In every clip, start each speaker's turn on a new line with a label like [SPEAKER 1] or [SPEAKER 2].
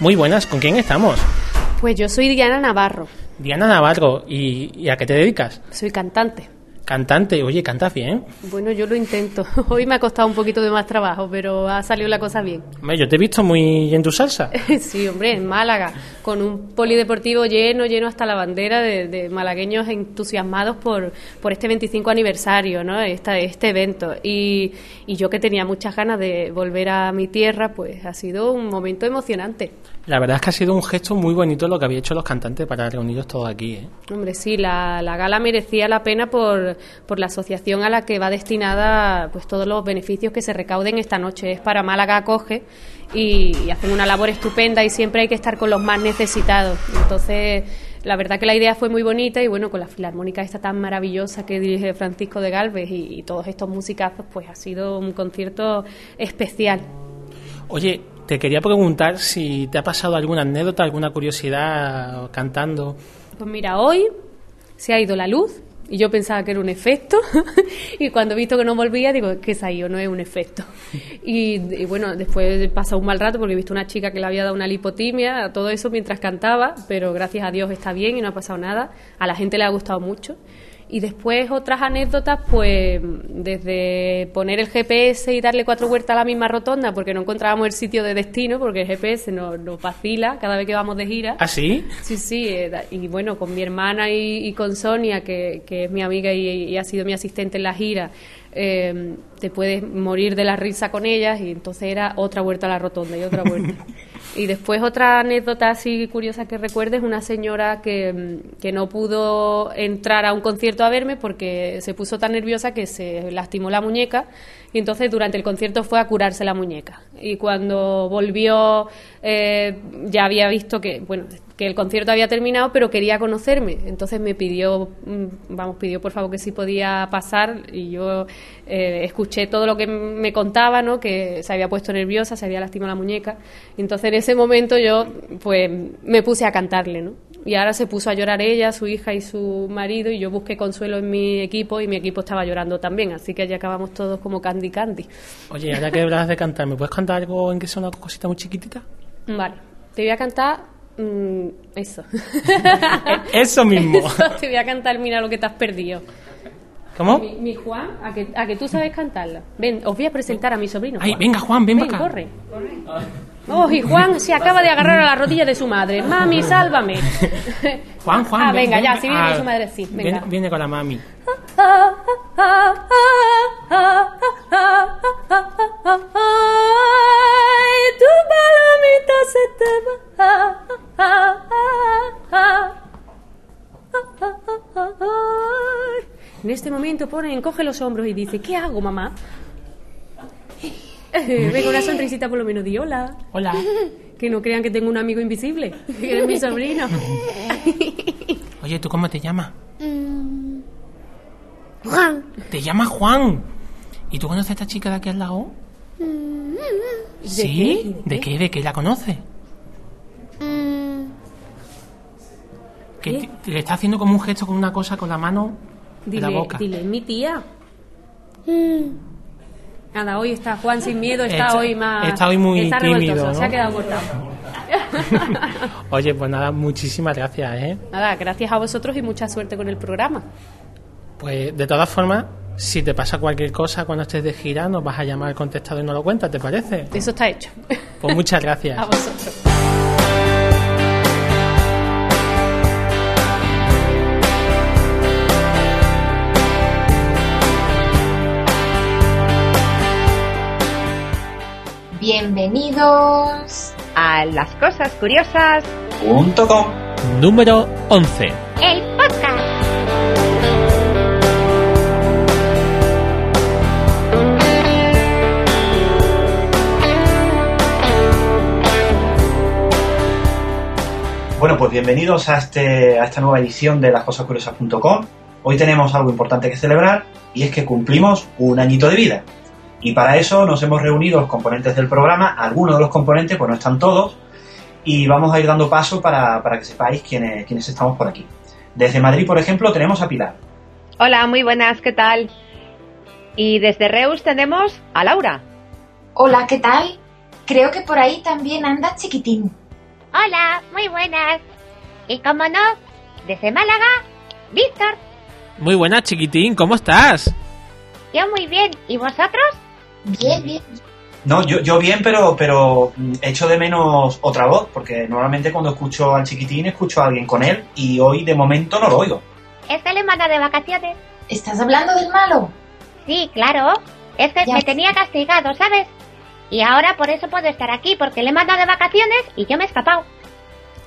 [SPEAKER 1] Muy buenas, ¿con quién estamos?
[SPEAKER 2] Pues yo soy Diana Navarro,
[SPEAKER 1] Diana Navarro, ¿y, y a qué te dedicas?
[SPEAKER 2] soy cantante.
[SPEAKER 1] Cantante, oye, cantas bien.
[SPEAKER 2] Bueno, yo lo intento. Hoy me ha costado un poquito de más trabajo, pero ha salido la cosa bien.
[SPEAKER 1] Hombre, yo te he visto muy en tu salsa.
[SPEAKER 2] Sí, hombre, en Málaga, con un polideportivo lleno, lleno hasta la bandera de, de malagueños entusiasmados por, por este 25 aniversario, ¿no? Esta, este evento. Y, y yo que tenía muchas ganas de volver a mi tierra, pues ha sido un momento emocionante.
[SPEAKER 1] La verdad es que ha sido un gesto muy bonito lo que había hecho los cantantes para reuniros todos aquí. ¿eh?
[SPEAKER 2] Hombre, sí, la, la gala merecía la pena por, por la asociación a la que va destinada pues todos los beneficios que se recauden esta noche. Es para Málaga Acoge y, y hacen una labor estupenda y siempre hay que estar con los más necesitados. Entonces, la verdad que la idea fue muy bonita y bueno, con la filarmónica esta tan maravillosa que dirige Francisco de Galvez y, y todos estos musicazos, pues ha sido un concierto especial.
[SPEAKER 1] Oye, te quería preguntar si te ha pasado alguna anécdota, alguna curiosidad cantando.
[SPEAKER 2] Pues mira, hoy se ha ido la luz y yo pensaba que era un efecto y cuando he visto que no volvía digo "Es que se ha ido, no es un efecto. Y, y bueno, después pasa un mal rato porque he visto una chica que le había dado una lipotimia, a todo eso mientras cantaba, pero gracias a Dios está bien y no ha pasado nada. A la gente le ha gustado mucho. Y después otras anécdotas, pues desde poner el GPS y darle cuatro vueltas a la misma rotonda porque no encontrábamos el sitio de destino, porque el GPS nos, nos vacila cada vez que vamos de gira.
[SPEAKER 1] ¿Ah, sí?
[SPEAKER 2] Sí, sí, eh, da- y bueno, con mi hermana y, y con Sonia, que, que es mi amiga y, y ha sido mi asistente en la gira, eh, te puedes morir de la risa con ellas y entonces era otra vuelta a la rotonda y otra vuelta. y después otra anécdota así curiosa que recuerdo es una señora que, mm, que no pudo entrar a un concierto a verme porque se puso tan nerviosa que se lastimó la muñeca y entonces durante el concierto fue a curarse la muñeca. Y cuando volvió eh, ya había visto que, bueno, que el concierto había terminado, pero quería conocerme. Entonces me pidió, mm, vamos, pidió por favor que si podía pasar y yo eh, escuché todo lo que m- me contaba, ¿no? Que se había puesto nerviosa, se había lastimado la muñeca. Entonces en ese momento yo, pues, me puse a cantarle, ¿no? Y ahora se puso a llorar ella, su hija y su marido, y yo busqué consuelo en mi equipo y mi equipo estaba llorando también, así que allí acabamos todos como candy candy.
[SPEAKER 1] Oye, ahora que hablas de cantar, ¿me puedes cantar algo en que sea una cosita muy chiquitita?
[SPEAKER 2] Vale, te voy a cantar mm, eso.
[SPEAKER 1] E- Eso mismo.
[SPEAKER 2] Eso, te voy a cantar, mira lo que te has perdido.
[SPEAKER 1] ¿Cómo?
[SPEAKER 2] Mi, mi Juan, a que, a que tú sabes cantarla. Ven, os voy a presentar a mi sobrino.
[SPEAKER 1] Ay,
[SPEAKER 2] Juan.
[SPEAKER 1] venga, Juan, ven para acá.
[SPEAKER 2] corre. Oh, y Juan se acaba de agarrar a la rodilla de su madre. Mami, sálvame.
[SPEAKER 1] Juan, Juan.
[SPEAKER 2] Ah,
[SPEAKER 1] ven,
[SPEAKER 2] venga,
[SPEAKER 1] ven,
[SPEAKER 2] ya,
[SPEAKER 1] ven.
[SPEAKER 2] si viene con
[SPEAKER 1] Ah,
[SPEAKER 2] su madre, sí,
[SPEAKER 1] Viene,
[SPEAKER 2] venga.
[SPEAKER 1] viene con la mami.
[SPEAKER 2] Ay, tu palomita se te va. En este momento pone, encoge los hombros y dice, ¿qué hago, mamá? Eh, Venga, una sonrisita por lo menos di hola.
[SPEAKER 1] Hola.
[SPEAKER 2] Que no crean que tengo un amigo invisible, que eres mi sobrino.
[SPEAKER 1] Oye, ¿tú cómo te llamas?
[SPEAKER 3] Mm. Juan.
[SPEAKER 1] Te llamas Juan. ¿Y tú conoces a esta chica de aquí al lado?
[SPEAKER 3] Mm.
[SPEAKER 1] ¿Sí?
[SPEAKER 2] qué?
[SPEAKER 1] ¿De qué? ¿De qué la conoces?
[SPEAKER 3] Mm.
[SPEAKER 1] Que te- te le está haciendo como un gesto con una cosa con la mano en
[SPEAKER 2] Dile,
[SPEAKER 1] la boca.
[SPEAKER 2] dile, mi tía.
[SPEAKER 3] Mm.
[SPEAKER 2] Nada, hoy está Juan sin miedo, está,
[SPEAKER 1] Está-
[SPEAKER 2] hoy más.
[SPEAKER 1] está hoy muy
[SPEAKER 2] está
[SPEAKER 1] tímido,
[SPEAKER 2] revoltoso,
[SPEAKER 1] ¿no?
[SPEAKER 2] se ha quedado cortado.
[SPEAKER 1] Oye, pues nada, muchísimas gracias, ¿eh?
[SPEAKER 2] Nada, gracias a vosotros y mucha suerte con el programa.
[SPEAKER 1] Pues de todas formas, si te pasa cualquier cosa cuando estés de gira, nos vas a llamar al contestado y nos lo cuentas, ¿te parece?
[SPEAKER 2] Eso está hecho.
[SPEAKER 1] Pues muchas gracias.
[SPEAKER 2] a vosotros.
[SPEAKER 4] Bienvenidos.
[SPEAKER 5] a las cosas curiosas
[SPEAKER 6] punto com.
[SPEAKER 7] Número 11.
[SPEAKER 3] El podcast.
[SPEAKER 6] Bueno, pues bienvenidos a, este, a esta nueva edición de lascosascuriosas.com. Hoy tenemos algo importante que celebrar y es que cumplimos un añito de vida. Y para eso nos hemos reunido los componentes del programa, algunos de los componentes, pues no están todos, y vamos a ir dando paso para, para que sepáis quiénes, quiénes estamos por aquí. Desde Madrid, por ejemplo, tenemos a Pilar.
[SPEAKER 5] hola muy buenas qué tal y desde Reus tenemos a Laura
[SPEAKER 4] Hola, ¿qué tal? Creo que por ahí también anda chiquitín.
[SPEAKER 3] Hola, muy buenas. Y como no, desde Málaga, Víctor.
[SPEAKER 1] Muy buenas, chiquitín, ¿cómo estás?
[SPEAKER 3] Yo muy bien. ¿Y vosotros?
[SPEAKER 4] Bien, bien.
[SPEAKER 6] No, yo, yo bien, pero, pero mm, echo de menos otra voz, porque normalmente cuando escucho al chiquitín escucho a alguien con él y hoy de momento no lo oigo.
[SPEAKER 3] Esta le manda de vacaciones.
[SPEAKER 4] ¿Estás hablando del malo?
[SPEAKER 3] Sí, claro. Es que
[SPEAKER 4] Ya.
[SPEAKER 3] me tenía castigado, ¿sabes? Y ahora por eso puedo estar aquí, porque le he mandado de vacaciones y yo me he escapado.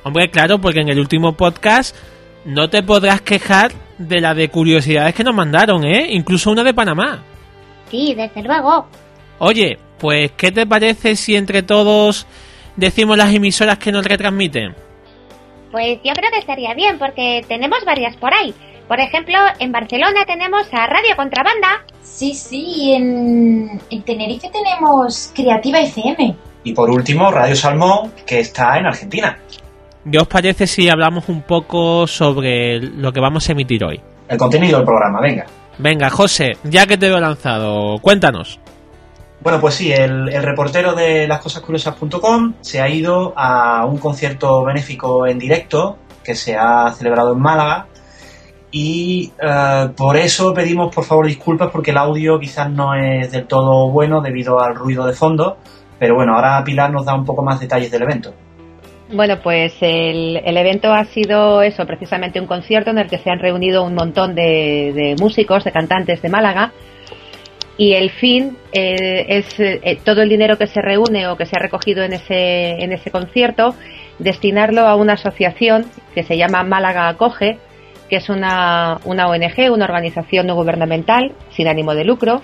[SPEAKER 1] Hombre, claro, porque en el último podcast no te podrás quejar de la de curiosidades que nos mandaron, ¿eh? Incluso una de Panamá.
[SPEAKER 3] Sí, desde luego.
[SPEAKER 1] Oye, pues, ¿qué te parece si entre todos decimos las emisoras que nos retransmiten?
[SPEAKER 3] Pues yo creo que estaría bien, porque tenemos varias por ahí. Por ejemplo, en Barcelona tenemos a Radio Contrabanda.
[SPEAKER 4] Sí, sí, en, en Tenerife tenemos Creativa FM.
[SPEAKER 6] Y por último, Radio Salmón, que está en Argentina.
[SPEAKER 1] ¿Qué os parece si hablamos un poco sobre lo que vamos a emitir hoy?
[SPEAKER 6] El contenido del programa, venga.
[SPEAKER 1] Venga, José, ya que te veo lanzado, cuéntanos.
[SPEAKER 6] Bueno, pues sí, el, el reportero de lascosascuriosas.com se ha ido a un concierto benéfico en directo que se ha celebrado en Málaga y eh, por eso pedimos por favor disculpas porque el audio quizás no es del todo bueno debido al ruido de fondo, pero bueno, ahora Pilar nos da un poco más detalles del evento.
[SPEAKER 5] Bueno, pues el, el evento ha sido eso, precisamente un concierto en el que se han reunido un montón de, de músicos, de cantantes de Málaga. Y el fin eh, es eh, todo el dinero que se reúne o que se ha recogido en ese, en ese concierto, destinarlo a una asociación que se llama Málaga Acoge, que es una, una ONG, una organización no gubernamental sin ánimo de lucro,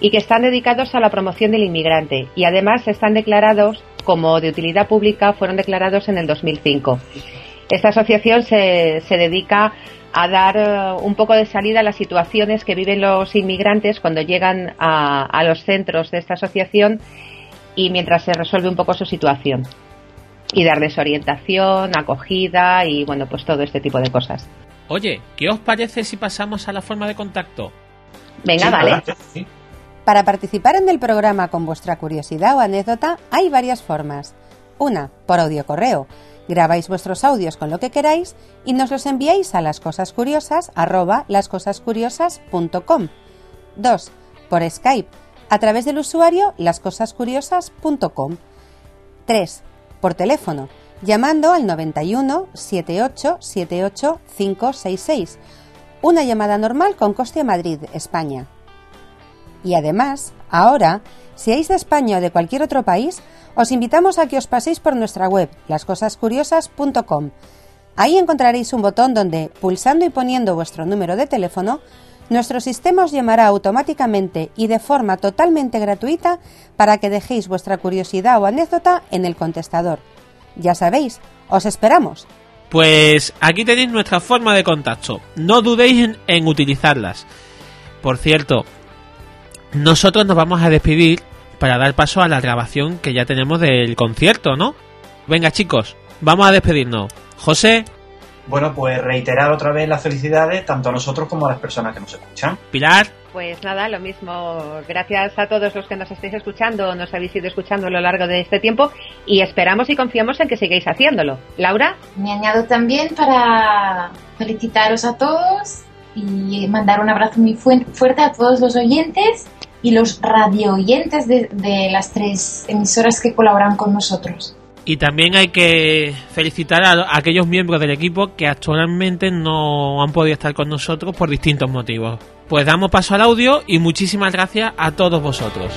[SPEAKER 5] y que están dedicados a la promoción del inmigrante y además están declarados como de utilidad pública, fueron declarados en el 2005. Esta asociación se, se dedica a dar eh, un poco de salida a las situaciones que viven los inmigrantes cuando llegan a, a los centros de esta asociación y mientras se resuelve un poco su situación. Y darles orientación, acogida y bueno, pues todo este tipo de cosas.
[SPEAKER 1] Oye, ¿qué os parece si pasamos a la forma de contacto?
[SPEAKER 5] Venga,
[SPEAKER 6] Sí,
[SPEAKER 5] vale.
[SPEAKER 6] adelante, sí.
[SPEAKER 8] Para participar en el programa con vuestra curiosidad o anécdota hay varias formas. Una, por audio correo. Grabáis vuestros audios con lo que queráis y nos los enviáis a lascosascuriosas arroba lascosascuriosas.com. Dos, por Skype, a través del usuario lascosascuriosas.com. 3. Por teléfono, llamando al 91 78 78 566. Una llamada normal con coste a Madrid, España. Y además, ahora, si eis de España o de cualquier otro país, os invitamos a que os paséis por nuestra web, lascosascuriosas.com. Ahí encontraréis un botón donde, pulsando y poniendo vuestro número de teléfono, nuestro sistema os llamará automáticamente y de forma totalmente gratuita para que dejéis vuestra curiosidad o anécdota en el contestador. Ya sabéis, os esperamos.
[SPEAKER 1] Pues aquí tenéis nuestra forma de contacto. No dudéis en, en utilizarlas. Por cierto, nosotros nos vamos a despedir para dar paso a la grabación que ya tenemos del concierto, ¿no? Venga chicos, vamos a despedirnos. José,
[SPEAKER 6] Bueno, pues reiterar otra vez las felicidades tanto a nosotros como a las personas que nos escuchan.
[SPEAKER 1] Pilar,
[SPEAKER 5] Pues nada, lo mismo. Gracias a todos los que nos estáis escuchando, nos habéis ido escuchando a lo largo de este tiempo y esperamos y confiamos en que sigáis haciéndolo. Laura,
[SPEAKER 4] Me añado también para felicitaros a todos y mandar un abrazo muy fu- fuerte a todos los oyentes y los radio oyentes de, de las tres emisoras que colaboran con nosotros.
[SPEAKER 1] y también hay que felicitar a, a aquellos miembros del equipo que actualmente no han podido estar con nosotros por distintos motivos. Pues damos paso al audio y muchísimas gracias a todos vosotros.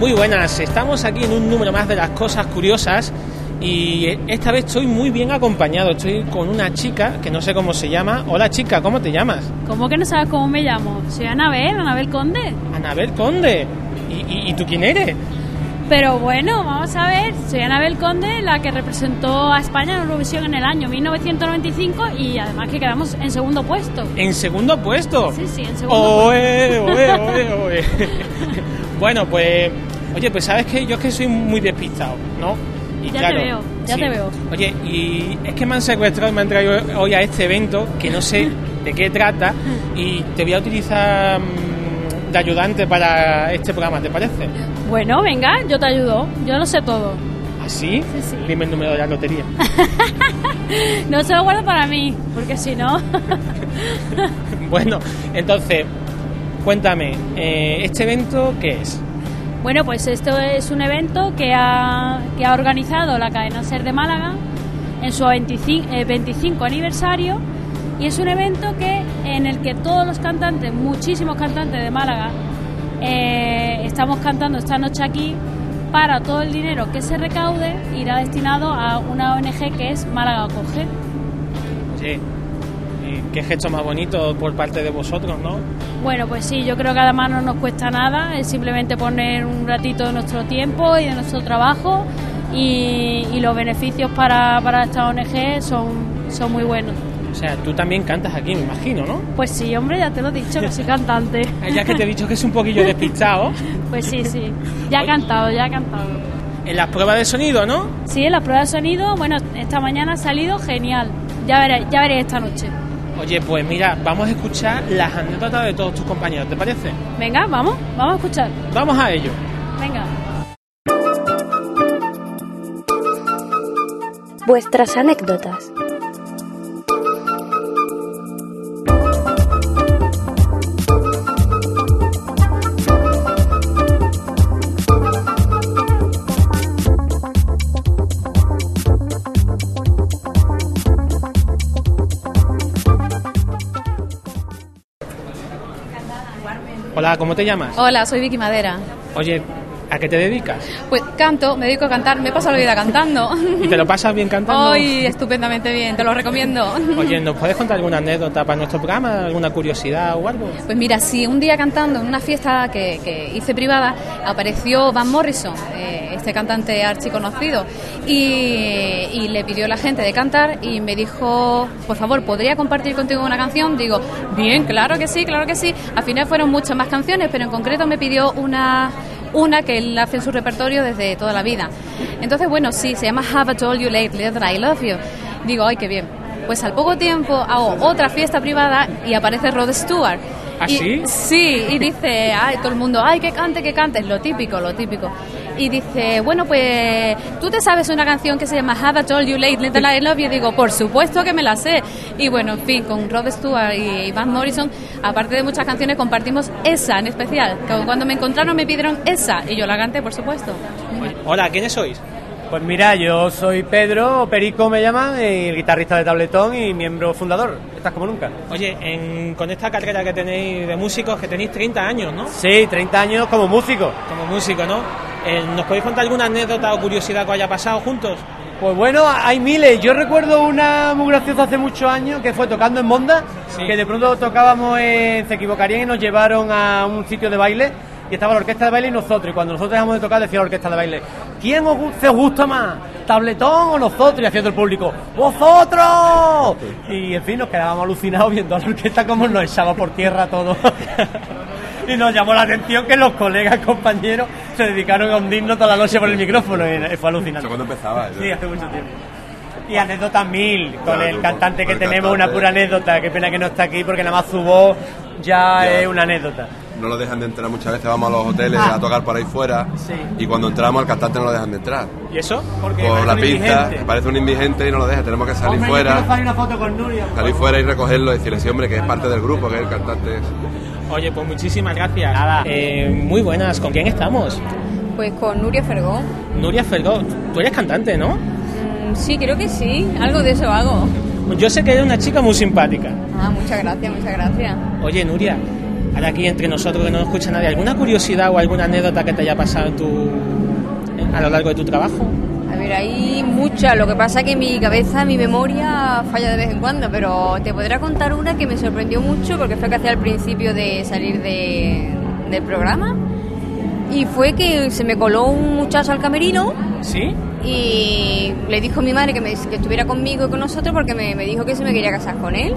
[SPEAKER 1] Muy buenas, estamos aquí en un número más de las cosas curiosas y eh, esta vez estoy muy bien acompañado, estoy con una chica que no sé cómo se llama. Hola chica, ¿cómo te llamas?
[SPEAKER 9] ¿Cómo que no sabes cómo me llamo? Soy Anabel, Anabel Conde.
[SPEAKER 1] Anabel Conde. ¿Y, y- y tú quién eres?
[SPEAKER 9] Pero bueno, vamos a ver. Soy Anabel Conde, la que representó a España en Eurovisión en el año 1995 y además que quedamos en segundo puesto.
[SPEAKER 1] En segundo puesto.
[SPEAKER 9] Sí, sí, en segundo puesto.
[SPEAKER 1] Oe, oe, oe, oe. bueno, pues Oye, pues sabes que yo es que soy muy despistado, ¿no? Y
[SPEAKER 9] Ya te veo, ya te veo.
[SPEAKER 1] Oye, y es que me han secuestrado y me han traído hoy a este evento que no sé de qué trata y te voy a utilizar mm, de ayudante para este programa, ¿te parece?
[SPEAKER 9] Bueno, venga, yo te ayudo. Yo lo sé todo.
[SPEAKER 1] ¿Así?
[SPEAKER 9] Sí, sí.
[SPEAKER 1] ¿Ah, Dime el número de la lotería.
[SPEAKER 9] No se lo guardo para mí, porque si no.
[SPEAKER 1] bueno, entonces, cuéntame, eh, ¿este evento qué es?
[SPEAKER 9] Bueno, pues esto es un evento que ha, que ha organizado la cadena Ser de Málaga en su 25, eh, 25 aniversario y es un evento que en el que todos los cantantes, muchísimos cantantes de Málaga, eh, estamos cantando esta noche aquí para todo el dinero que se recaude irá destinado a una ONG que es Málaga Coge.
[SPEAKER 1] Oye, eh, qué gesto más bonito por parte de vosotros, ¿no?
[SPEAKER 9] Bueno, pues sí, yo creo que además no nos cuesta nada, es simplemente poner un ratito de nuestro tiempo y de nuestro trabajo y, y los beneficios para, para esta ONG son, son muy buenos.
[SPEAKER 1] O sea, tú también cantas aquí, me imagino, ¿no?
[SPEAKER 9] Pues sí, hombre, ya te lo he dicho, que soy cantante.
[SPEAKER 1] Eh, Ya que te he dicho que es un poquillo despistado,
[SPEAKER 9] Pues sí, sí, ya he cantado, ya he cantado.
[SPEAKER 1] en las pruebas de sonido, ¿no?
[SPEAKER 9] Sí, la prueba de sonido, bueno, esta mañana ha salido genial, ya veréis, ya veréis esta noche.
[SPEAKER 1] Oye, pues mira, vamos a escuchar las anécdotas de todos tus compañeros, ¿te parece?
[SPEAKER 9] Venga, vamos, vamos a escuchar,
[SPEAKER 1] Vamos a ello.
[SPEAKER 9] venga.
[SPEAKER 4] Vuestras anécdotas.
[SPEAKER 1] Hola, ¿cómo te llamas?
[SPEAKER 10] Hola, soy Vicky Madera.
[SPEAKER 1] Oye, ¿a qué te dedicas?
[SPEAKER 10] Pues canto, me dedico a cantar, me paso la vida cantando.
[SPEAKER 1] ¿Y te lo pasas bien cantando?
[SPEAKER 10] Hoy estupendamente bien, te lo recomiendo.
[SPEAKER 1] Oye, ¿nos puedes contar alguna anécdota para nuestro programa? ¿Alguna curiosidad o algo?
[SPEAKER 10] Pues mira, si un día cantando en una fiesta que, que hice privada apareció Van Morrison, eh, este cantante archiconocido, y, y le pidió a la gente de cantar y me dijo, por favor, ¿podría compartir contigo una canción? Digo, bien, claro que sí, claro que sí. Al final fueron muchas más canciones, pero en concreto me pidió una, una que él hace en su repertorio desde toda la vida. Entonces, bueno, sí, se llama Have I Told You Lately That I Love You. Digo, ay, qué bien. Pues al poco tiempo hago otra fiesta privada y aparece Rod Stewart.
[SPEAKER 1] ¿Ah,
[SPEAKER 10] Y-
[SPEAKER 1] sí?
[SPEAKER 10] Sí, y dice, ay, todo el mundo, ay, que cante, que cante, es lo típico, lo típico. Y dice, bueno, pues, ¿tú te sabes una canción que se llama Have I Told You Lately That I Love You? Y digo, por supuesto que me la sé. Y bueno, en fin, con Rod Stewart y Van Morrison, aparte de muchas canciones, compartimos esa en especial. Que cuando me encontraron me pidieron esa y yo la canté, por supuesto.
[SPEAKER 1] Hola, ¿quiénes sois?
[SPEAKER 11] Pues mira, yo soy Pedro, Perico me llaman, y el guitarrista de Tabletón y miembro fundador. Estás como nunca.
[SPEAKER 1] Oye, en- con esta carrera que tenéis de músicos, que tenéis 30 años, ¿no?
[SPEAKER 11] Sí, 30 años como músico.
[SPEAKER 1] Como músico, ¿no? Eh, ¿Nos podéis contar alguna anécdota o curiosidad que os haya pasado juntos?
[SPEAKER 11] Pues bueno, hay miles. Yo recuerdo una muy graciosa hace muchos años que fue tocando en Monda,
[SPEAKER 1] Sí.
[SPEAKER 11] que de pronto tocábamos en Se equivocarían y nos llevaron a un sitio de baile y estaba la orquesta de baile y nosotros. Y cuando nosotros dejamos de tocar decía la orquesta de baile, ¿quién os, gu- se os gusta más? ¿Tabletón o nosotros? Y haciendo el público, ¡vosotros! Y en fin, nos quedábamos alucinados viendo a la orquesta como nos echaba por tierra todo. Y nos llamó la atención que los colegas, compañeros, se dedicaron a hundirnos toda la noche por el micrófono y eh, fue alucinante.
[SPEAKER 12] cuando empezaba. eso.
[SPEAKER 11] Sí, hace mucho tiempo. Y anécdotas mil con
[SPEAKER 12] Claro,
[SPEAKER 11] el cantante
[SPEAKER 12] con
[SPEAKER 11] que
[SPEAKER 12] el
[SPEAKER 11] tenemos,
[SPEAKER 12] cantante.
[SPEAKER 11] una pura anécdota. Qué pena que no está aquí porque nada más su voz ya,
[SPEAKER 12] Ya.
[SPEAKER 11] es una anécdota.
[SPEAKER 12] No lo dejan de entrar muchas veces, vamos a los hoteles a tocar por ahí fuera
[SPEAKER 11] Ah. Sí.
[SPEAKER 12] y cuando entramos al cantante no lo dejan de entrar.
[SPEAKER 1] ¿Y eso?
[SPEAKER 11] Porque
[SPEAKER 12] Por
[SPEAKER 11] parece
[SPEAKER 12] la
[SPEAKER 11] un
[SPEAKER 12] pinta,
[SPEAKER 11] indigente.
[SPEAKER 12] parece un indigente y no lo deja, tenemos que salir
[SPEAKER 11] Hombre, yo quiero
[SPEAKER 12] fuera,
[SPEAKER 11] hacer una foto con Nuria.
[SPEAKER 12] salir fuera y recogerlo y decirle, sí hombre, que es parte del grupo, que es el cantante.
[SPEAKER 1] Oye, pues muchísimas gracias. Eh, muy buenas, ¿con quién estamos?
[SPEAKER 10] Pues con Nuria Fergón. Mm,
[SPEAKER 1] Nuria Fergó, tú eres cantante, ¿no?
[SPEAKER 10] Sí, creo que sí, algo de eso hago.
[SPEAKER 1] Yo sé que eres una chica muy simpática.
[SPEAKER 10] Ah, muchas gracias, muchas gracias.
[SPEAKER 1] Oye, Nuria, ahora aquí entre nosotros que no nos escucha nadie, ¿alguna curiosidad o alguna anécdota que te haya pasado en tu, en- a lo largo de tu trabajo?
[SPEAKER 10] A ver, hay muchas. Lo que pasa es que mi cabeza, mi memoria falla de vez en cuando, pero te podré contar una que me sorprendió mucho porque fue que hacía al principio de salir de, del programa. Y fue que se me coló un muchacho al camerino
[SPEAKER 1] ¿Sí?
[SPEAKER 10] y le dijo a mi madre que, me, que estuviera conmigo y con nosotros porque me, me dijo que se me quería casar con él,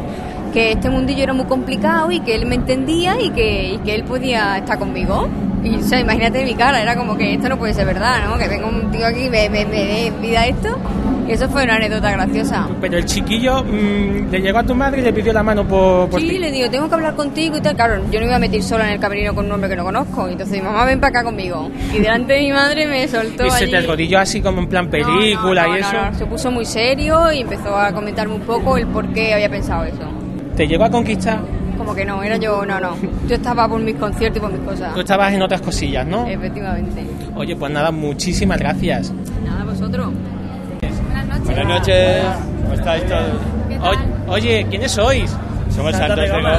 [SPEAKER 13] que este mundillo era muy complicado y que él me entendía y que, y que él podía estar conmigo. Y, o sea, imagínate mi cara, era como que esto no puede ser verdad, ¿no? Que venga un tío aquí y me, me, me dé vida esto. Y eso fue una anécdota graciosa.
[SPEAKER 1] Pero el chiquillo mm, le llegó a tu madre y le pidió la mano por, por
[SPEAKER 13] sí,
[SPEAKER 1] ti.
[SPEAKER 13] le digo, tengo que hablar contigo y tal. Claro, yo no me iba a meter sola en el camerino con un hombre que no conozco. Entonces, mamá, ven para acá conmigo. Y delante de mi madre me soltó
[SPEAKER 1] Y se
[SPEAKER 13] allí.
[SPEAKER 1] te arrodilló así como en plan película
[SPEAKER 13] No, no,
[SPEAKER 1] y
[SPEAKER 13] no,
[SPEAKER 1] eso.
[SPEAKER 13] no, Se puso muy serio y empezó a comentarme un poco el por qué había pensado eso.
[SPEAKER 1] ¿Te llegó a conquistar?
[SPEAKER 13] Como que no, era yo, no, no. Yo estaba por mis conciertos y por mis cosas.
[SPEAKER 1] Tú estabas en otras cosillas,
[SPEAKER 13] Eh.
[SPEAKER 1] ¿no?
[SPEAKER 13] Efectivamente.
[SPEAKER 1] Oye, pues nada, muchísimas gracias.
[SPEAKER 13] Nada, vosotros. Buenas noches.
[SPEAKER 14] Buenas noches, ¿cómo estáis todos?
[SPEAKER 1] O- Oye, ¿quiénes sois?
[SPEAKER 14] Somos Santos de Goma.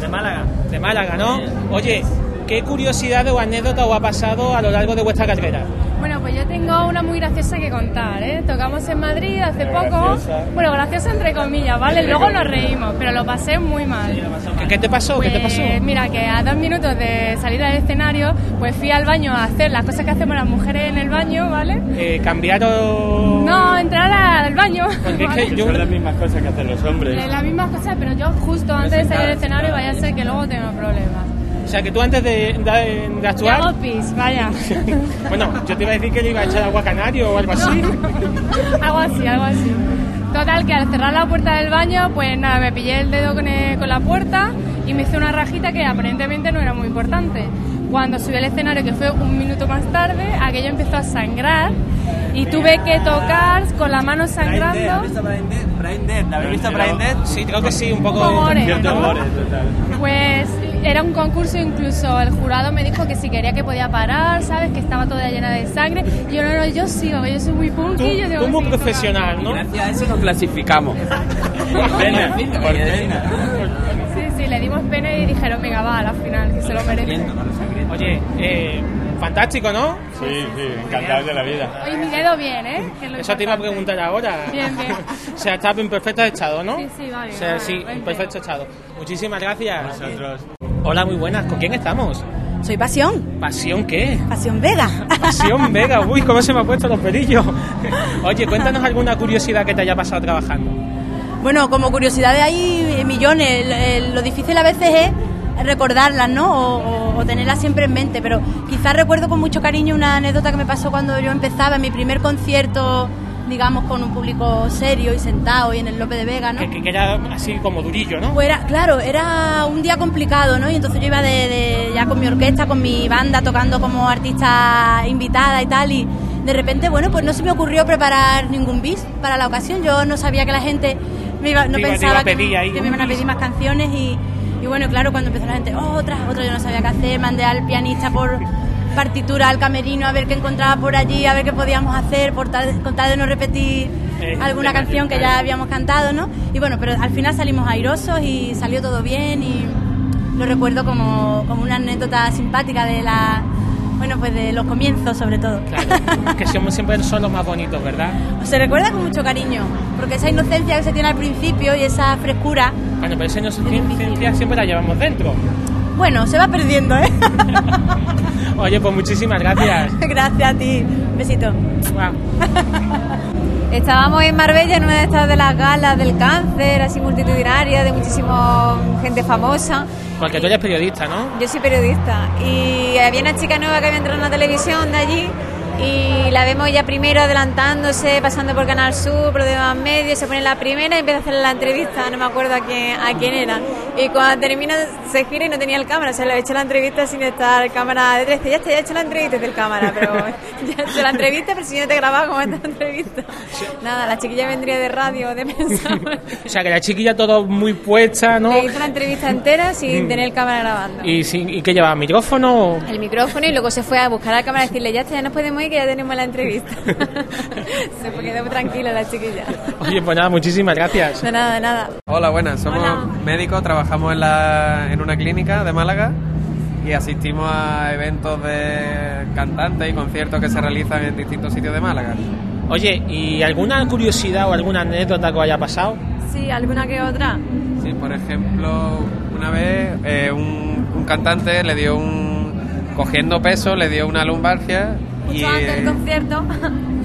[SPEAKER 1] De Málaga. De Málaga, ¿no? Oye, ¿qué curiosidad o anécdota os ha pasado a lo largo de vuestra carrera?
[SPEAKER 15] Bueno, pues yo tengo una muy graciosa que contar, ¿eh? Tocamos en Madrid hace
[SPEAKER 1] Pero
[SPEAKER 15] poco.
[SPEAKER 1] graciosa.
[SPEAKER 15] Bueno, graciosa entre comillas, ¿vale?
[SPEAKER 1] Entre
[SPEAKER 15] Luego nos
[SPEAKER 1] comillas.
[SPEAKER 15] reímos, pero lo pasé muy mal.
[SPEAKER 1] ¿Qué, qué te pasó? ¿Qué te pasó?
[SPEAKER 15] Pues, Mira, que a dos minutos de salir al escenario, pues fui al baño a hacer las cosas que hacemos las mujeres en el baño, ¿vale?
[SPEAKER 1] Eh, cambiaron...
[SPEAKER 15] No, entrar al baño.
[SPEAKER 14] Porque es
[SPEAKER 15] ¿vale? Eh,
[SPEAKER 14] que son las mismas cosas que hacen los hombres.
[SPEAKER 15] Las mismas cosas, pero yo justo antes de salir al escenario, vaya a ser que luego tengo problemas.
[SPEAKER 1] O sea, que tú antes de, de- de
[SPEAKER 15] Yo
[SPEAKER 1] actuar...
[SPEAKER 15] hago pis, vaya.
[SPEAKER 1] Bueno, yo te iba a decir que yo iba a echar agua canario o algo así.
[SPEAKER 15] algo así, algo así. Total, que al cerrar la puerta del baño, pues nada, me pillé el dedo con, eh, con la puerta y me hice una rajita que aparentemente no era muy importante. Cuando subí al escenario, que fue un minuto más tarde, aquello empezó a sangrar y tuve que tocar con la mano sangrando.
[SPEAKER 1] ¿La habéis visto Brain Sí, creo que sí, un poco...
[SPEAKER 15] Como Gore, ¿no?
[SPEAKER 1] total.
[SPEAKER 15] Pues era un concurso, incluso el jurado me dijo que si quería que podía parar, ¿sabes? Que estaba toda llena de sangre. Y yo, no, no, yo sigo, que yo soy muy punky,
[SPEAKER 1] Tú,
[SPEAKER 15] yo
[SPEAKER 1] tú
[SPEAKER 15] tengo
[SPEAKER 1] muy profesional, ¿no?
[SPEAKER 16] Gracias a eso nos clasificamos. Pena, por pena.
[SPEAKER 15] Sí, sí, le dimos pena y dijeron, venga, va, a la final, que se lo merece.
[SPEAKER 1] Oye, eh, fantástico, ¿no?
[SPEAKER 14] Sí, sí, encantados de la vida.
[SPEAKER 15] Oye, mi dedo bien, ¿eh? Que lo-
[SPEAKER 1] Eso te iba a preguntar ahora.
[SPEAKER 15] Bien, bien.
[SPEAKER 1] O sea, estás en perfecto estado, ¿no?
[SPEAKER 15] Sí, sí, vale.
[SPEAKER 1] O sea,
[SPEAKER 15] vale,
[SPEAKER 1] sí,
[SPEAKER 15] vale.
[SPEAKER 1] en perfecto estado. Muchísimas gracias. Hola, muy buenas. ¿Con quién estamos?
[SPEAKER 17] Soy Pasión.
[SPEAKER 1] ¿Pasión qué?
[SPEAKER 17] Pasión Vega.
[SPEAKER 1] Pasión Vega. Uy, cómo se me han puesto los pelillos. Oye, cuéntanos alguna curiosidad que te haya pasado trabajando.
[SPEAKER 17] Bueno, como curiosidades hay eh, millones. El- el- Lo difícil a veces es recordarlas, ¿no? O, o- o tenerlas siempre en mente. Pero quizás recuerdo con mucho cariño una anécdota que me pasó cuando yo empezaba en mi primer concierto, digamos, con un público serio y sentado y en el Lope de Vega, ¿no?
[SPEAKER 1] Que, que- que era así como durillo, ¿no?
[SPEAKER 17] Pues era- claro, era un día complicado, ¿no? Y entonces yo iba de, de- ya con mi orquesta, con mi banda, tocando como artista invitada y tal. Y de repente, bueno, pues no se me ocurrió preparar ningún bis para la ocasión. Yo no sabía que la gente me iba, no
[SPEAKER 1] Te iba- te iba
[SPEAKER 17] pensaba
[SPEAKER 1] a
[SPEAKER 17] que,
[SPEAKER 1] pedir ahí
[SPEAKER 17] que
[SPEAKER 1] un
[SPEAKER 17] me iban a
[SPEAKER 1] bis.
[SPEAKER 17] pedir más canciones. Y, y bueno, claro, cuando empezó la gente, "Oh, otra, otra, yo no sabía qué hacer. Mandé al pianista por partitura al camerino a ver qué encontraba por allí, a ver qué podíamos hacer, por tal- con tal de no repetir
[SPEAKER 18] Eh,
[SPEAKER 17] alguna
[SPEAKER 18] tema
[SPEAKER 17] canción que
[SPEAKER 18] central.
[SPEAKER 17] ya habíamos cantado, ¿no? Y bueno, pero al final salimos airosos y salió todo bien y lo recuerdo como, como una anécdota simpática de la bueno, pues de los comienzos sobre todo.
[SPEAKER 1] Que somos siempre son los más bonitos, ¿verdad?
[SPEAKER 17] Se recuerda con mucho cariño, porque esa inocencia que se tiene al principio y esa frescura,
[SPEAKER 1] Bueno, pero esa inocencia siempre la llevamos dentro.
[SPEAKER 17] bueno, se va perdiendo, ¿eh?
[SPEAKER 1] Oye, pues muchísimas gracias.
[SPEAKER 17] Gracias a ti. Un besito.
[SPEAKER 18] Estábamos en Marbella en una de estas de las galas del cáncer, así multitudinaria, de muchísima gente famosa.
[SPEAKER 1] Porque tú eres periodista, ¿no?
[SPEAKER 18] Yo soy periodista y había una chica nueva que había entrado en la televisión de allí y la vemos ya primero adelantándose, pasando por Canal Sur, por los demás medios, se pone la primera y empieza a hacer la entrevista, no me acuerdo a quién, a quién era. Y cuando termina se gira y no tenía el cámara, o sea, le había hecho la entrevista sin estar cámara de 13. Ya está, ya he hecho la entrevista del cámara, pero ya he hecho la entrevista, pero si yo no te grababa como esta entrevista. Nada, la chiquilla vendría de radio, de pensar.
[SPEAKER 1] O sea, que la chiquilla todo muy puesta, ¿no?
[SPEAKER 18] Le hizo la entrevista entera sin
[SPEAKER 1] Mm.
[SPEAKER 18] tener el cámara grabando.
[SPEAKER 1] ¿Y, sin, ¿Y qué llevaba? ¿Micrófono? o-
[SPEAKER 18] el micrófono y luego se fue a buscar a la cámara y decirle, ya está, ya nos podemos ir que ya tenemos la entrevista. se fue, quedó tranquila la chiquilla.
[SPEAKER 1] Oye, pues nada, muchísimas gracias.
[SPEAKER 18] De nada, de nada.
[SPEAKER 16] Hola, buenas. Somos médicos, trabajamos en, la, en una clínica de Málaga y asistimos a eventos de cantantes y conciertos que se realizan en distintos sitios de Málaga.
[SPEAKER 1] Oye, ¿y alguna curiosidad o alguna anécdota que os haya pasado?
[SPEAKER 18] Sí, alguna que otra.
[SPEAKER 16] Sí, por ejemplo, una vez eh, un, un cantante le dio un... cogiendo peso, le dio una lumbargia y...
[SPEAKER 18] Justo antes del
[SPEAKER 16] eh,
[SPEAKER 18] concierto.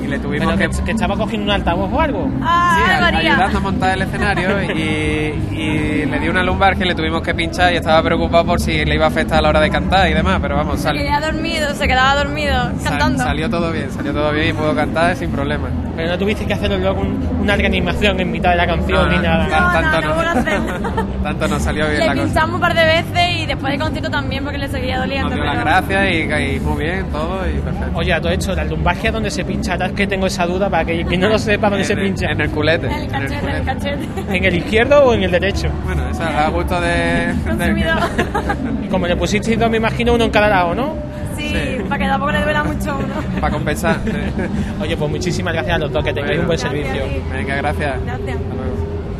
[SPEAKER 16] y le tuvimos que...
[SPEAKER 1] que estaba cogiendo un altavoz o algo.
[SPEAKER 16] Sí,
[SPEAKER 1] ay,
[SPEAKER 16] a-
[SPEAKER 1] María.
[SPEAKER 16] ayudando a montar el escenario y, y le dio una lumbar que le tuvimos que pinchar y estaba preocupado por si le iba a afectar a la hora de cantar y demás, pero vamos,
[SPEAKER 13] Se
[SPEAKER 16] sal-
[SPEAKER 13] quedaba dormido, se quedaba dormido
[SPEAKER 16] sal-
[SPEAKER 13] cantando.
[SPEAKER 16] salió todo bien, salió todo bien y pudo cantar sin problema.
[SPEAKER 1] Pero no tuviste que hacerlo luego un- una reanimación en mitad de la canción
[SPEAKER 16] No,
[SPEAKER 1] ni
[SPEAKER 16] no,
[SPEAKER 1] nada.
[SPEAKER 16] tan- tanto no, tanto no salió bien
[SPEAKER 15] Le
[SPEAKER 16] la cosa.
[SPEAKER 15] pinchamos un par de veces y después del concierto también porque le seguía doliendo.
[SPEAKER 16] Nos dio
[SPEAKER 15] pero-
[SPEAKER 16] las gracias y, y muy bien todo y perfecto.
[SPEAKER 1] Oye, a todo hecho, la lumbargia donde se pincha, ahora es que tengo esa duda para que quien no lo sepa dónde se pincha.
[SPEAKER 16] En el culete.
[SPEAKER 1] ¿En el,
[SPEAKER 15] Cachete, cachete.
[SPEAKER 1] izquierdo o en el derecho?
[SPEAKER 16] Bueno, esa a gusto de.
[SPEAKER 1] Y como le pusisteis dos, me imagino uno en cada lado, ¿no?
[SPEAKER 15] Sí, para que tampoco le duela mucho a uno.
[SPEAKER 16] Para compensar.
[SPEAKER 1] Oye, pues muchísimas gracias a los dos, que tengáis un buen servicio.
[SPEAKER 16] Venga, gracias.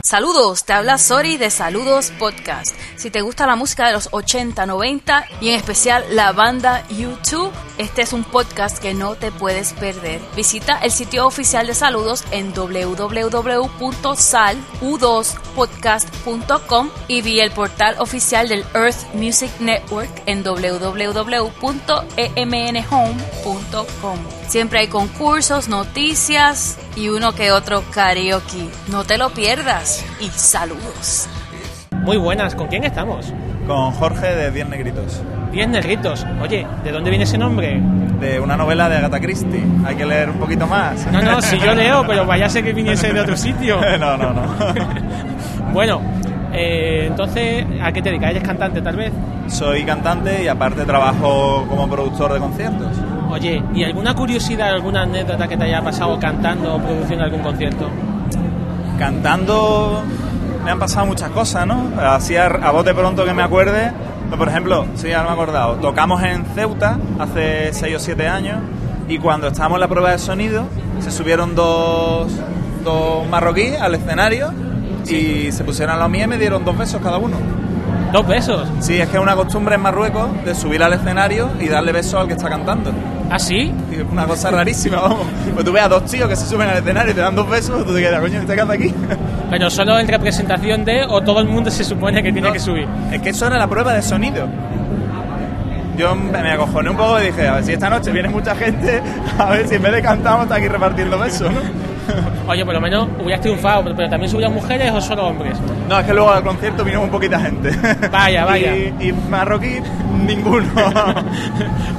[SPEAKER 19] Saludos, te habla Sori de Saludos Podcast. Si te gusta la música de los 80, 90 y en especial la banda U2, este es un podcast que no te puedes perder. Visita el sitio oficial de Saludos en www.salu2podcast.com y vi el portal oficial del Earth Music Network en E www.emnhome.com. Siempre hay concursos, noticias y uno que otro karaoke. No te lo pierdas y saludos.
[SPEAKER 1] Muy buenas, ¿con quién estamos?
[SPEAKER 20] Con Jorge de Diez Negritos.
[SPEAKER 1] Diez Negritos. Oye, ¿de dónde viene ese nombre?
[SPEAKER 20] De una novela de Agatha Christie. Hay que leer un poquito más.
[SPEAKER 1] No, no, si yo leo, pero vaya a ser que viniese de otro sitio.
[SPEAKER 20] No, no, no.
[SPEAKER 1] bueno, eh, entonces, ¿a qué te dedicas? ¿Eres cantante tal vez?
[SPEAKER 20] Soy cantante y aparte trabajo como productor de conciertos.
[SPEAKER 1] Oye, ¿y alguna curiosidad, alguna anécdota que te haya pasado cantando o produciendo algún concierto?
[SPEAKER 20] Cantando me han pasado muchas cosas, ¿no? Así a, a bote pronto que me acuerde. pues, Por ejemplo, sí, ahora me he acordado. Tocamos en Ceuta hace 6 o 7 años y cuando estábamos en la prueba de sonido se subieron dos, dos marroquíes al escenario y se pusieron a la mía y me dieron dos besos cada uno.
[SPEAKER 1] ¿Dos besos?
[SPEAKER 20] Sí, es que es una costumbre en Marruecos de subir al escenario y darle besos al que está cantando.
[SPEAKER 1] ¿Ah, sí?
[SPEAKER 20] Una cosa rarísima, vamos. Pues tú ves a dos tíos que se suben al escenario y te dan dos besos, tú te quedas, coño, ¿este canta aquí?
[SPEAKER 1] Pero solo en representación de o todo el mundo se supone que tiene que subir.
[SPEAKER 20] Es que eso era la prueba de sonido. Yo me acojoné un poco y dije, a ver si esta noche viene mucha gente, a ver si en vez de cantamos está aquí repartiendo besos, ¿no?
[SPEAKER 1] Oye, por lo menos hubieras triunfado, pero, pero también subían mujeres o solo hombres.
[SPEAKER 20] No, es que luego al concierto vino muy poquita gente.
[SPEAKER 1] Vaya, vaya.
[SPEAKER 20] Y, y marroquí, ninguno.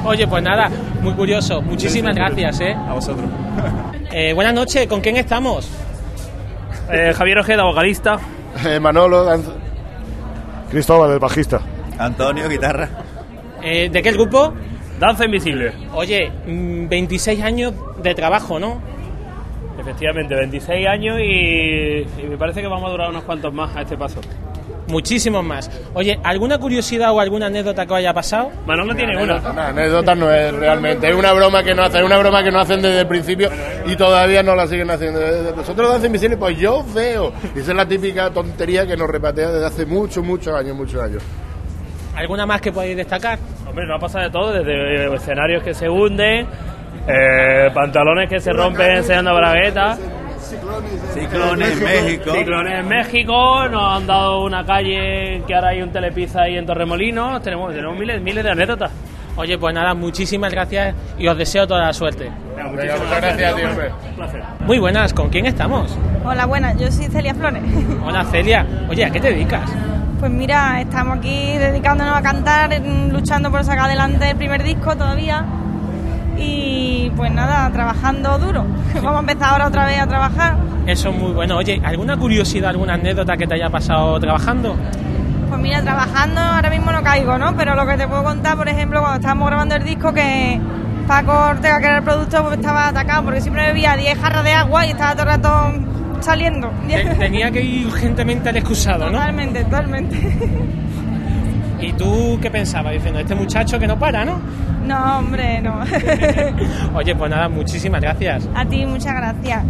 [SPEAKER 1] Oye, pues nada, muy curioso. Muchísimas gracias, ¿eh?
[SPEAKER 20] A vosotros.
[SPEAKER 1] buenas noches, ¿con quién estamos?
[SPEAKER 21] Eh, Javier Ojeda, vocalista.
[SPEAKER 22] Manolo, danza- Cristóbal, el bajista.
[SPEAKER 20] Antonio, guitarra.
[SPEAKER 1] Eh, ¿De qué grupo?
[SPEAKER 21] Danza Invisible.
[SPEAKER 1] Oye, mm, 26 años de trabajo, ¿no?
[SPEAKER 21] Efectivamente, 26 años y, y me parece que vamos a durar unos cuantos más a este paso.
[SPEAKER 1] Muchísimos más. Oye, ¿alguna curiosidad o alguna anécdota que os haya pasado?
[SPEAKER 21] Manolo tiene una.
[SPEAKER 22] Una anécdota no es realmente, es una broma que no hacen, es una broma que no hacen desde el principio y todavía no la siguen haciendo. Desde- Nosotros Danza Invisible, pues yo veo. Y esa es la típica tontería que nos repatea desde hace muchos, muchos años, muchos años.
[SPEAKER 1] ¿Alguna más que podéis destacar?
[SPEAKER 21] Hombre, nos ha pasado de todo, desde eh, escenarios que se hunden, eh, pantalones que se rompen enseñando braguetas.
[SPEAKER 20] Ciclones en México.
[SPEAKER 21] Ciclones en México, nos han dado una calle que ahora hay un telepizza ahí en Torremolinos, tenemos, tenemos miles, miles de anécdotas.
[SPEAKER 1] Oye, pues nada, muchísimas gracias y os deseo toda la suerte.
[SPEAKER 21] Venga,
[SPEAKER 22] muchas gracias, tío, hombre.
[SPEAKER 1] Muy buenas, ¿con quién estamos?
[SPEAKER 23] Hola, buenas, yo soy Celia Flores.
[SPEAKER 1] Hola Celia, oye, ¿a qué te dedicas?
[SPEAKER 23] Pues mira, estamos aquí dedicándonos a cantar, mm, luchando por sacar adelante el primer disco todavía. Y pues nada, trabajando duro. Vamos a empezar ahora otra vez a trabajar.
[SPEAKER 1] Eso es muy bueno. Oye, ¿alguna curiosidad, alguna anécdota que te haya pasado trabajando?
[SPEAKER 23] Pues mira, trabajando ahora mismo no caigo, ¿no? Pero lo que te puedo contar, por ejemplo, cuando estábamos grabando el disco, que Paco Ortega, que era el productor, pues estaba atacado porque siempre bebía 10 jarras de agua y estaba todo el rato saliendo.
[SPEAKER 1] Te- Tenía que ir urgentemente al excusado, ¿no?
[SPEAKER 23] Totalmente, totalmente.
[SPEAKER 1] ¿Y tú qué pensabas? Diciendo, este muchacho que no para, ¿no?
[SPEAKER 23] No, hombre, no.
[SPEAKER 1] Oye, pues nada, muchísimas gracias.
[SPEAKER 23] A ti, muchas gracias.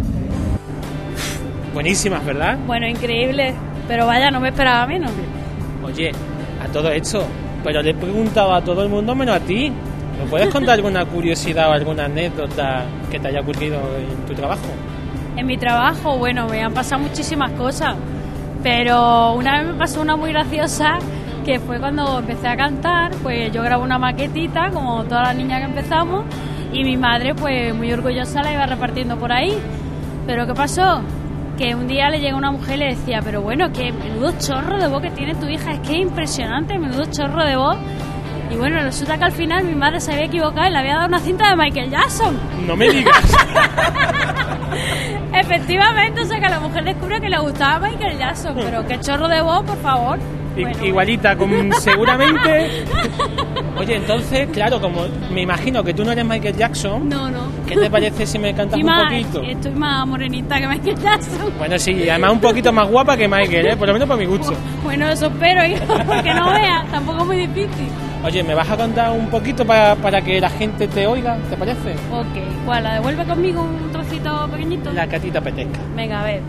[SPEAKER 1] Buenísimas, ¿verdad?
[SPEAKER 9] Bueno, increíble, pero vaya, no me esperaba menos.
[SPEAKER 1] Oye, a todo esto, pero le he preguntado a todo el mundo menos a ti. ¿Me puedes contar alguna curiosidad o alguna anécdota que te haya ocurrido en tu trabajo?
[SPEAKER 9] En mi trabajo, bueno, me han pasado muchísimas cosas, pero una vez me pasó una muy graciosa que fue cuando empecé a cantar, pues yo grabé una maquetita, como todas las niñas que empezamos, Y mi madre, pues muy orgullosa, la iba repartiendo por ahí. Pero ¿qué pasó? Que un día le llega una mujer y le decía, pero bueno, que menudo chorro de voz que tiene tu hija, es que es impresionante, menudo chorro de voz. Y bueno, resulta que al final mi madre se había equivocado y le había dado una cinta de Michael Jackson.
[SPEAKER 1] No me digas.
[SPEAKER 9] Efectivamente, o sea que la mujer descubre que le gustaba Michael Jackson, pero qué chorro de voz, por favor.
[SPEAKER 1] I- Igualita, con, seguramente. Oye, entonces, claro, como me imagino que tú no eres Michael Jackson,
[SPEAKER 9] No, no.
[SPEAKER 1] ¿qué te parece si me cantas
[SPEAKER 9] Y
[SPEAKER 1] un
[SPEAKER 9] más,
[SPEAKER 1] poquito?
[SPEAKER 9] estoy más morenita que Michael Jackson.
[SPEAKER 1] Bueno, sí, y además un poquito más guapa que Michael, ¿eh? por lo menos para mi gusto.
[SPEAKER 9] Bueno, eso espero, hijo, porque no veas, tampoco es muy difícil.
[SPEAKER 1] Oye, ¿me vas a contar un poquito para, para que la gente te oiga? ¿Te parece?
[SPEAKER 9] Ok, ¿cuál? ¿La devuelve conmigo un trocito pequeñito?
[SPEAKER 1] La catita apetezca.
[SPEAKER 9] Venga, a ver.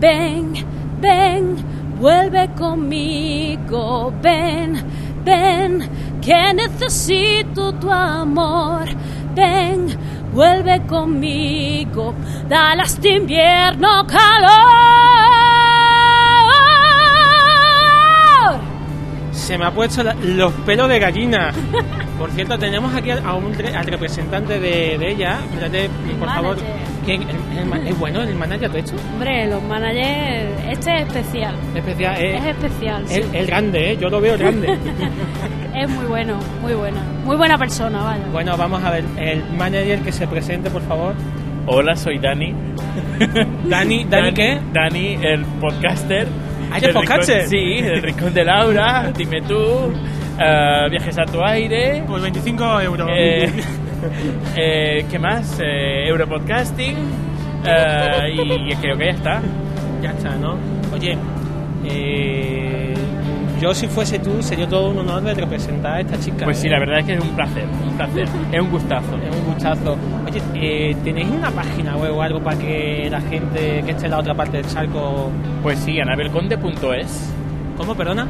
[SPEAKER 9] Ven, ven, vuelve conmigo, ven, ven, que necesito tu amor. Ven, vuelve conmigo, Dallas de invierno calor.
[SPEAKER 1] Se me ha puesto la- los pelos de gallina. Por cierto, tenemos aquí a un re- al representante de, de ella. Mírate, por favor.
[SPEAKER 9] manager.
[SPEAKER 1] ¿Quién? El- el ma- ¿Es bueno el manager de esto?
[SPEAKER 9] Hombre, los managers, este es especial.
[SPEAKER 1] Especial, eh.
[SPEAKER 9] Es especial, sí.
[SPEAKER 1] El, el grande, ¿eh? Yo lo veo grande.
[SPEAKER 9] Es muy bueno, muy buena. Muy buena persona, vaya.
[SPEAKER 1] bueno, vamos a ver. El manager que se presente, por favor.
[SPEAKER 11] Hola, soy Dani.
[SPEAKER 1] Dani, Dani, ¿qué?
[SPEAKER 11] Dani, el podcaster.
[SPEAKER 1] Ah, ¿eres
[SPEAKER 11] Del Rincón-
[SPEAKER 1] podcaster?
[SPEAKER 11] Sí, del Rincón de Laura, dime tú, eh, viajes a tu aire.
[SPEAKER 1] Por 25 euros.
[SPEAKER 11] Eh, eh, ¿Qué más? Eh, Europodcasting. eh, y creo que ya está.
[SPEAKER 1] Ya está, ¿no? Oye, eh, yo si fuese tú, sería todo un honor de representar a esta chica.
[SPEAKER 11] Pues sí,
[SPEAKER 1] ¿eh?
[SPEAKER 11] la verdad es que es un placer, un placer. Es un gustazo.
[SPEAKER 1] Es un gustazo. Oye, eh, ¿tenéis una página web o algo para que la gente que esté en la otra parte del charco...
[SPEAKER 11] Pues sí, anabelconde.es.
[SPEAKER 1] ¿Cómo, perdona?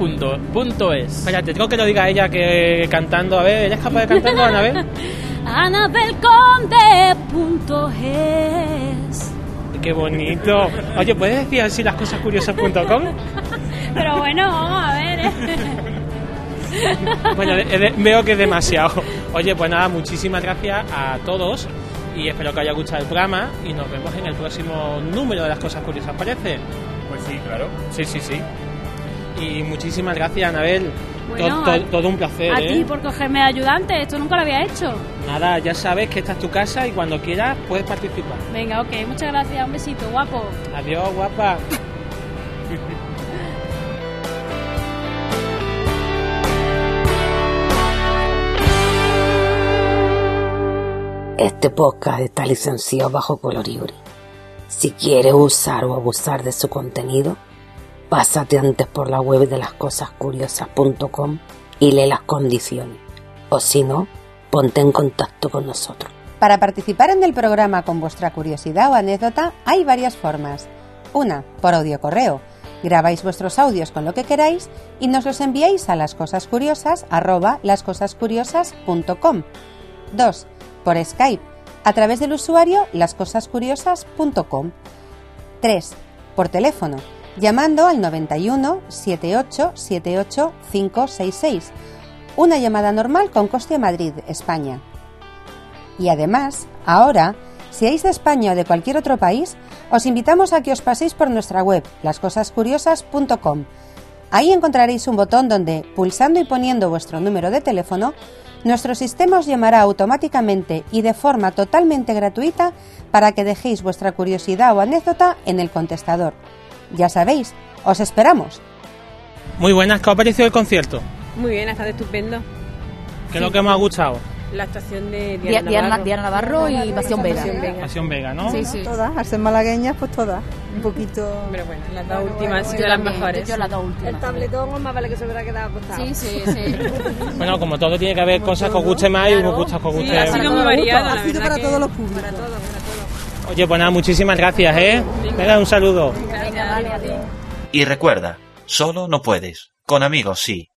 [SPEAKER 11] Anabelconde.es.
[SPEAKER 1] Espérate, tengo que lo diga ella que cantando, a ver, ¿ella es capaz de cantarlo, Anabel?
[SPEAKER 9] Anabelconde.es
[SPEAKER 1] ¡Qué bonito! Oye, ¿puedes decir así las cosas curiosas.com?
[SPEAKER 9] Pero bueno, vamos a ver. ¿eh?
[SPEAKER 1] Bueno, de- de- veo que es demasiado. Oye, pues nada, muchísimas gracias a todos y espero que haya gustado el programa y nos vemos en el próximo número de las cosas curiosas, ¿parece?
[SPEAKER 11] Pues sí, claro. Sí, sí, sí.
[SPEAKER 1] Y muchísimas gracias, Anabel. To-
[SPEAKER 9] Bueno,
[SPEAKER 1] to-
[SPEAKER 9] a-
[SPEAKER 1] todo un placer,
[SPEAKER 9] A
[SPEAKER 1] ¿eh?
[SPEAKER 9] ti por cogerme de ayudante, esto nunca lo había hecho.
[SPEAKER 1] Nada, ya sabes que esta es tu casa y cuando quieras puedes participar.
[SPEAKER 9] Venga, ok, muchas gracias, un besito, guapo.
[SPEAKER 1] Adiós, guapa.
[SPEAKER 4] Este podcast está licenciado bajo coloribre. Si quieres usar o abusar de su contenido, pásate antes por la web de lascosascuriosas.com y lee las condiciones. O si no, ponte en contacto con nosotros.
[SPEAKER 8] Para participar en el programa con vuestra curiosidad o anécdota hay varias formas. Una, por audio correo. Grabáis vuestros audios con lo que queráis y nos los enviáis a lascosascuriosas arroba lascosascuriosas.com. Dos, por Skype, a través del usuario lascosascuriosas.com. 3. Por teléfono, llamando al 91 78 78 566. Una llamada normal con coste a Madrid, España. Y además, ahora, si erais de España o de cualquier otro país, os invitamos a que os paséis por nuestra web, lascosascuriosas.com. Ahí encontraréis un botón donde, pulsando y poniendo vuestro número de teléfono, nuestro sistema os llamará automáticamente y de forma totalmente gratuita para que dejéis vuestra curiosidad o anécdota en el contestador. Ya sabéis, os esperamos.
[SPEAKER 1] Muy buenas, ¿qué os ha parecido el concierto?
[SPEAKER 13] Muy bien, ha estado estupendo.
[SPEAKER 1] ¿Qué es lo que más ha gustado?
[SPEAKER 13] La actuación de
[SPEAKER 2] Diana
[SPEAKER 13] Diana Navarro,
[SPEAKER 2] Navarro. y Pasión Vega.
[SPEAKER 1] Pasión Vega, ¿no?
[SPEAKER 2] Sí, sí.
[SPEAKER 23] Todas, al ser malagueñas, pues todas. Un poquito. Pero bueno,
[SPEAKER 13] las dos últimas han sido las mejores.
[SPEAKER 2] El
[SPEAKER 13] tabletón más vale que se hubiera quedado acostado. Sí, sí, sí.
[SPEAKER 1] Bueno, como todo tiene que haber cosas que os guste más y os gustas que os guste menos.
[SPEAKER 13] la
[SPEAKER 23] Ha sido
[SPEAKER 13] verdad
[SPEAKER 23] para
[SPEAKER 13] que-
[SPEAKER 23] todos los públicos.
[SPEAKER 1] Oye, pues nada, muchísimas gracias, ¿eh? Venga, un saludo.
[SPEAKER 8] Y recuerda, solo no puedes, con amigos sí.